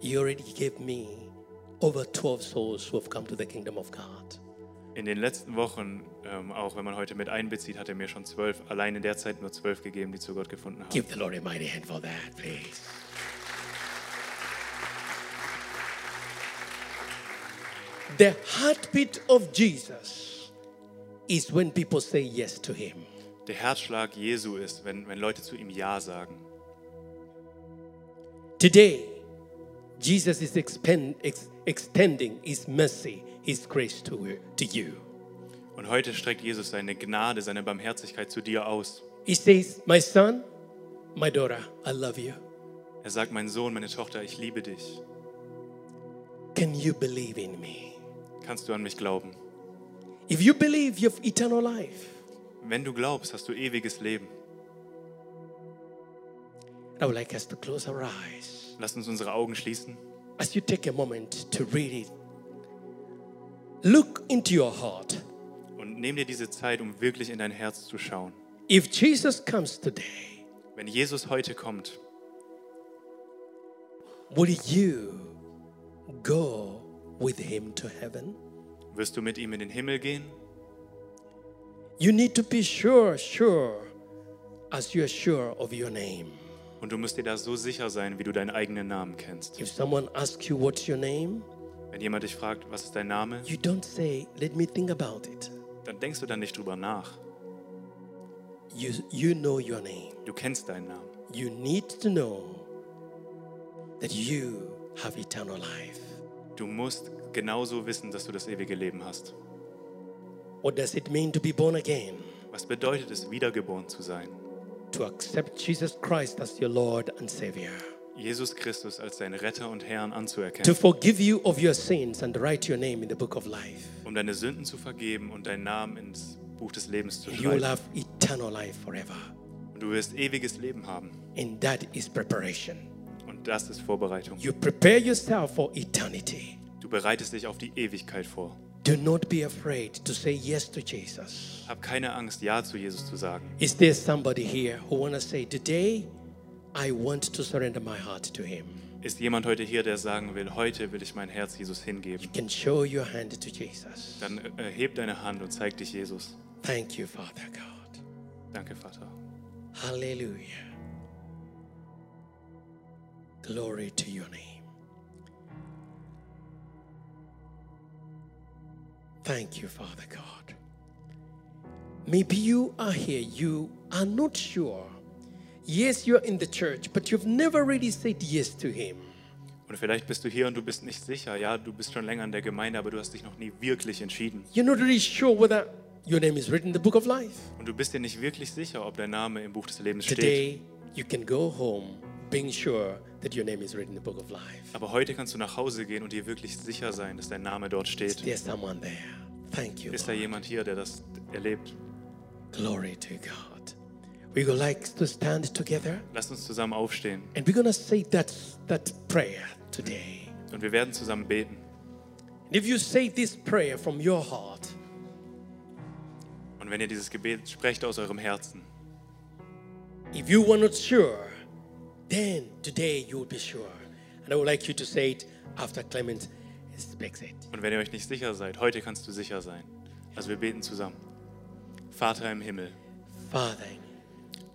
Speaker 1: you already gave me over 12 souls who have come to the kingdom of God.
Speaker 2: In den letzten Wochen, ähm, auch wenn man heute mit einbezieht, hat er mir schon zwölf, allein in der Zeit nur zwölf gegeben, die zu Gott gefunden haben.
Speaker 1: Give the Lord a mighty hand for that, please. The heartbeat of Jesus is when people say yes to Him.
Speaker 2: Der Herzschlag Jesu ist, wenn, wenn Leute zu ihm Ja sagen.
Speaker 1: Today, Jesus is expend, ex, extending His mercy, His grace to, to you.
Speaker 2: Und heute streckt Jesus seine Gnade, seine Barmherzigkeit zu dir aus.
Speaker 1: He says, My son, my daughter, I love you.
Speaker 2: Er sagt, mein Sohn, meine Tochter, ich liebe dich.
Speaker 1: Can you believe in me?
Speaker 2: Kannst du an mich glauben?
Speaker 1: If you believe, you have eternal life.
Speaker 2: Wenn du glaubst, hast du ewiges Leben.
Speaker 1: I would like us to close our eyes.
Speaker 2: Lass uns unsere Augen schließen.
Speaker 1: As you take a moment to read it, look into your heart.
Speaker 2: Und nimm dir diese Zeit, um wirklich in dein Herz zu schauen.
Speaker 1: If Jesus comes today,
Speaker 2: Wenn Jesus heute kommt,
Speaker 1: Will you go with him to heaven?
Speaker 2: Wirst du mit ihm in den Himmel gehen?
Speaker 1: You need to be sure, sure, as you are sure of your name.
Speaker 2: Und du musst dir da so sicher sein, wie du deinen eigenen Namen kennst.
Speaker 1: If someone asks you what's your name,
Speaker 2: Wenn jemand dich fragt, was ist dein Name,
Speaker 1: you don't say, let me think about it.
Speaker 2: dann denkst du dann nicht drüber nach.
Speaker 1: You, you know your name.
Speaker 2: Du kennst deinen Namen.
Speaker 1: You need to know that you have eternal life.
Speaker 2: Du musst genauso wissen, dass du das ewige Leben hast.
Speaker 1: What does it mean to be born again?
Speaker 2: Was bedeutet es, wiedergeboren zu sein?
Speaker 1: To accept Jesus Christ as your Lord and Savior.
Speaker 2: Jesus Christus als deinen Retter und Herrn
Speaker 1: To
Speaker 2: anzuerkennen,
Speaker 1: forgive you of your sins and write your name in the book of life.
Speaker 2: um deine Sünden zu vergeben und deinen Namen ins Buch des Lebens zu
Speaker 1: You will
Speaker 2: schreiben.
Speaker 1: have eternal life forever.
Speaker 2: Und du wirst ewiges Leben haben.
Speaker 1: And that is preparation.
Speaker 2: Und das ist Vorbereitung.
Speaker 1: You prepare yourself for eternity.
Speaker 2: Du bereitest dich auf die Ewigkeit vor.
Speaker 1: Do not be afraid to say yes to Jesus.
Speaker 2: Hab keine Angst, Ja zu Jesus zu sagen.
Speaker 1: Is there somebody here who want to say, Today, I want to surrender my heart to Him?
Speaker 2: Ist jemand heute hier, der sagen will, heute will ich mein Herz Jesus hingeben?
Speaker 1: Can show your hand to Jesus.
Speaker 2: Dann äh, heb deine Hand und zeig dich Jesus.
Speaker 1: Thank you, Father God.
Speaker 2: Danke, Vater.
Speaker 1: Hallelujah. Glory to your name. Thank you, Father God. Maybe you are here, you are not sure. Yes, you're in the church, but you've never really said yes to Him.
Speaker 2: Und vielleicht bist du hier und du bist nicht sicher. Ja, du bist schon länger in der Gemeinde, aber du hast dich noch nie wirklich entschieden.
Speaker 1: You're not really sure whether your name is written in the book of life.
Speaker 2: Und du bist dir nicht wirklich sicher, ob dein Name im Buch des Lebens steht.
Speaker 1: Today, you can go home being sure that your name is written in the book of life.
Speaker 2: Aber heute kannst du nach Hause gehen und dir wirklich sicher sein, dass dein Name dort steht.
Speaker 1: There's someone there. Thank you.
Speaker 2: Ist
Speaker 1: Lord.
Speaker 2: da jemand hier, der das erlebt?
Speaker 1: Glory to God. We would like to stand together
Speaker 2: Lasst uns zusammen aufstehen
Speaker 1: and we're going to say that, that prayer today.
Speaker 2: und wir werden zusammen beten.
Speaker 1: And if you say this prayer from your heart,
Speaker 2: Und wenn ihr dieses Gebet sprecht aus eurem Herzen,
Speaker 1: if you were not sure, then today you will be sure. And I would like you to say it after Clement speaks it.
Speaker 2: Und wenn ihr euch nicht sicher seid, heute kannst du sicher sein. Also wir beten zusammen. Vater im Himmel,
Speaker 1: Father,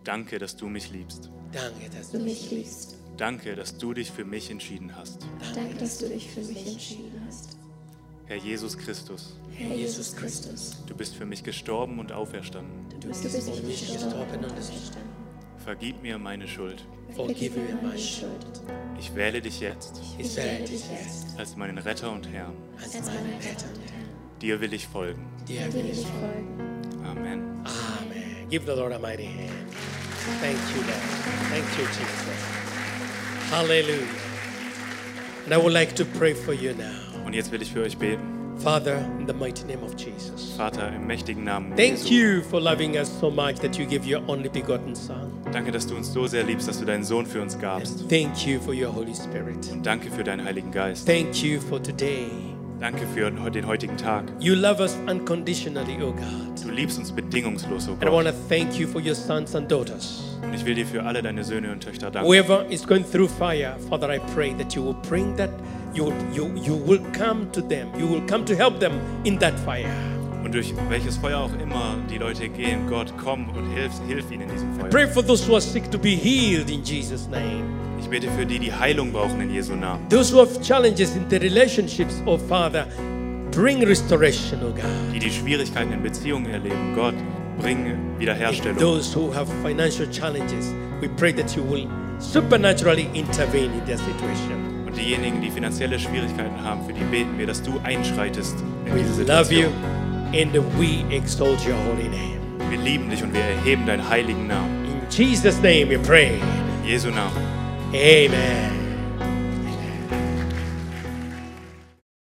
Speaker 2: danke, dass du mich liebst.
Speaker 1: danke, dass
Speaker 3: du
Speaker 1: du
Speaker 3: mich liebst.
Speaker 2: Danke, dass du dich für mich entschieden hast.
Speaker 3: Danke, dass du dich für mich entschieden hast.
Speaker 2: Herr Jesus Christus,
Speaker 3: Herr Jesus Christus,
Speaker 2: du bist für mich gestorben und auferstanden.
Speaker 3: du bist für mich gestorben und
Speaker 2: Vergib mir meine Schuld.
Speaker 1: forgive
Speaker 3: vergib
Speaker 1: me
Speaker 3: mir
Speaker 1: my
Speaker 3: meine
Speaker 1: shame.
Speaker 3: Schuld.
Speaker 2: Ich wähle dich jetzt
Speaker 1: Is
Speaker 3: Ich
Speaker 1: there
Speaker 3: werde dich jetzt
Speaker 2: als meinen Retter und Herrn.
Speaker 1: as
Speaker 3: als
Speaker 1: my
Speaker 3: meinen Retter
Speaker 1: pattern?
Speaker 3: und Herrn.
Speaker 2: Dir will ich folgen.
Speaker 1: Dear
Speaker 3: Dir will
Speaker 1: me.
Speaker 3: ich folgen.
Speaker 2: Amen.
Speaker 1: Amen. Give the Lord a mighty hand. Thank you, Lord. Thank you, Jesus. Hallelujah. And I would like to pray for you now.
Speaker 2: Und jetzt will ich für euch beten.
Speaker 1: Father, in the mighty name of Jesus.
Speaker 2: Vater, im mächtigen Namen
Speaker 1: Thank
Speaker 2: Jesu,
Speaker 1: you for loving us so much that you give your only begotten Son.
Speaker 2: danke, dass du uns so sehr liebst, dass du deinen Sohn für uns gabst.
Speaker 1: Thank you for your Holy Spirit.
Speaker 2: Danke für deinen Heiligen Geist.
Speaker 1: Thank you for today.
Speaker 2: Danke für den heutigen Tag.
Speaker 1: You love us unconditionally, O God.
Speaker 2: Du liebst uns bedingungslos, oh
Speaker 1: And I want
Speaker 2: Gott.
Speaker 1: to thank you for your sons and daughters.
Speaker 2: Und ich will dir für alle deine Söhne und Töchter danken.
Speaker 1: Whoever is going through fire, Father, I pray that you will bring that, you will, you, you will come to them, you will come to help them in that fire.
Speaker 2: Und durch welches Feuer auch immer die Leute gehen, Gott, komm und hilf, hilf ihnen in diesem Feuer.
Speaker 1: Pray for those who are sick to be healed in Jesus' name.
Speaker 2: Ich bete für die, die Heilung brauchen in Jesu Namen.
Speaker 1: Those who have challenges in their relationships, oh Father, bring restoration, oh God.
Speaker 2: Die, die Schwierigkeiten in Beziehungen erleben, Gott, bring Wiederherstellung.
Speaker 1: Those who have financial challenges, we pray that you will supernaturally intervene in their situation.
Speaker 2: Und diejenigen, die finanzielle Schwierigkeiten haben, für die beten wir, dass du einschreitest in
Speaker 1: We
Speaker 2: diese
Speaker 1: love you
Speaker 2: Situation.
Speaker 1: and we exalt your holy name.
Speaker 2: Wir lieben dich und wir erheben deinen heiligen Namen.
Speaker 1: In Jesus' name we pray.
Speaker 2: In Jesu Namen.
Speaker 1: Amen.